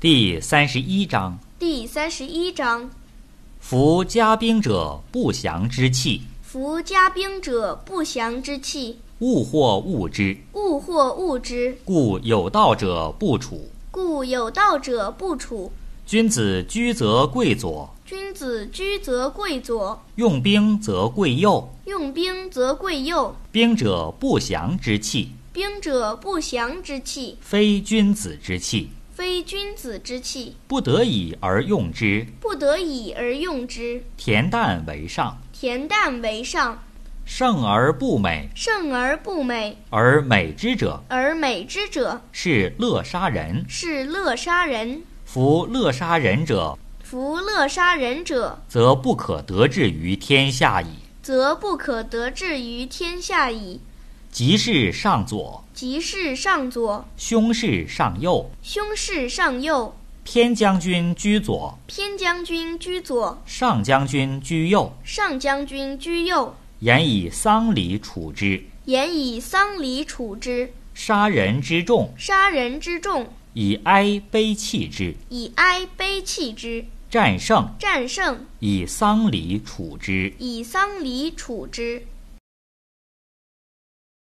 第三十一章：第三十一章：夫家兵者，不祥之器，夫家兵者，不祥之器，物或恶之，物或恶之，故有道者不处。故有道者不处。君子居则贵左，君子居则贵左，用兵则贵右。用兵则贵右。兵者，不祥之器，兵者，不祥之器，非君子之器，非君子之器，不得已而用之，不得已而用之。恬淡为上。恬淡为上，胜而不美，胜而不美，而美之者，而美之者，是乐杀人。是乐杀人。夫乐杀人者，夫乐杀人者，则不可得志于天下矣。则不可得志于天下矣。吉事上左，吉事上左，凶事上右。凶事上右。偏将军居左，偏将军居左，上将军居右。上将军居右。言以丧礼处之，言以丧礼处之。杀人之众，杀人之众，以哀悲泣之；以哀悲泣之。战胜，战胜，以丧礼处之。以丧礼处之。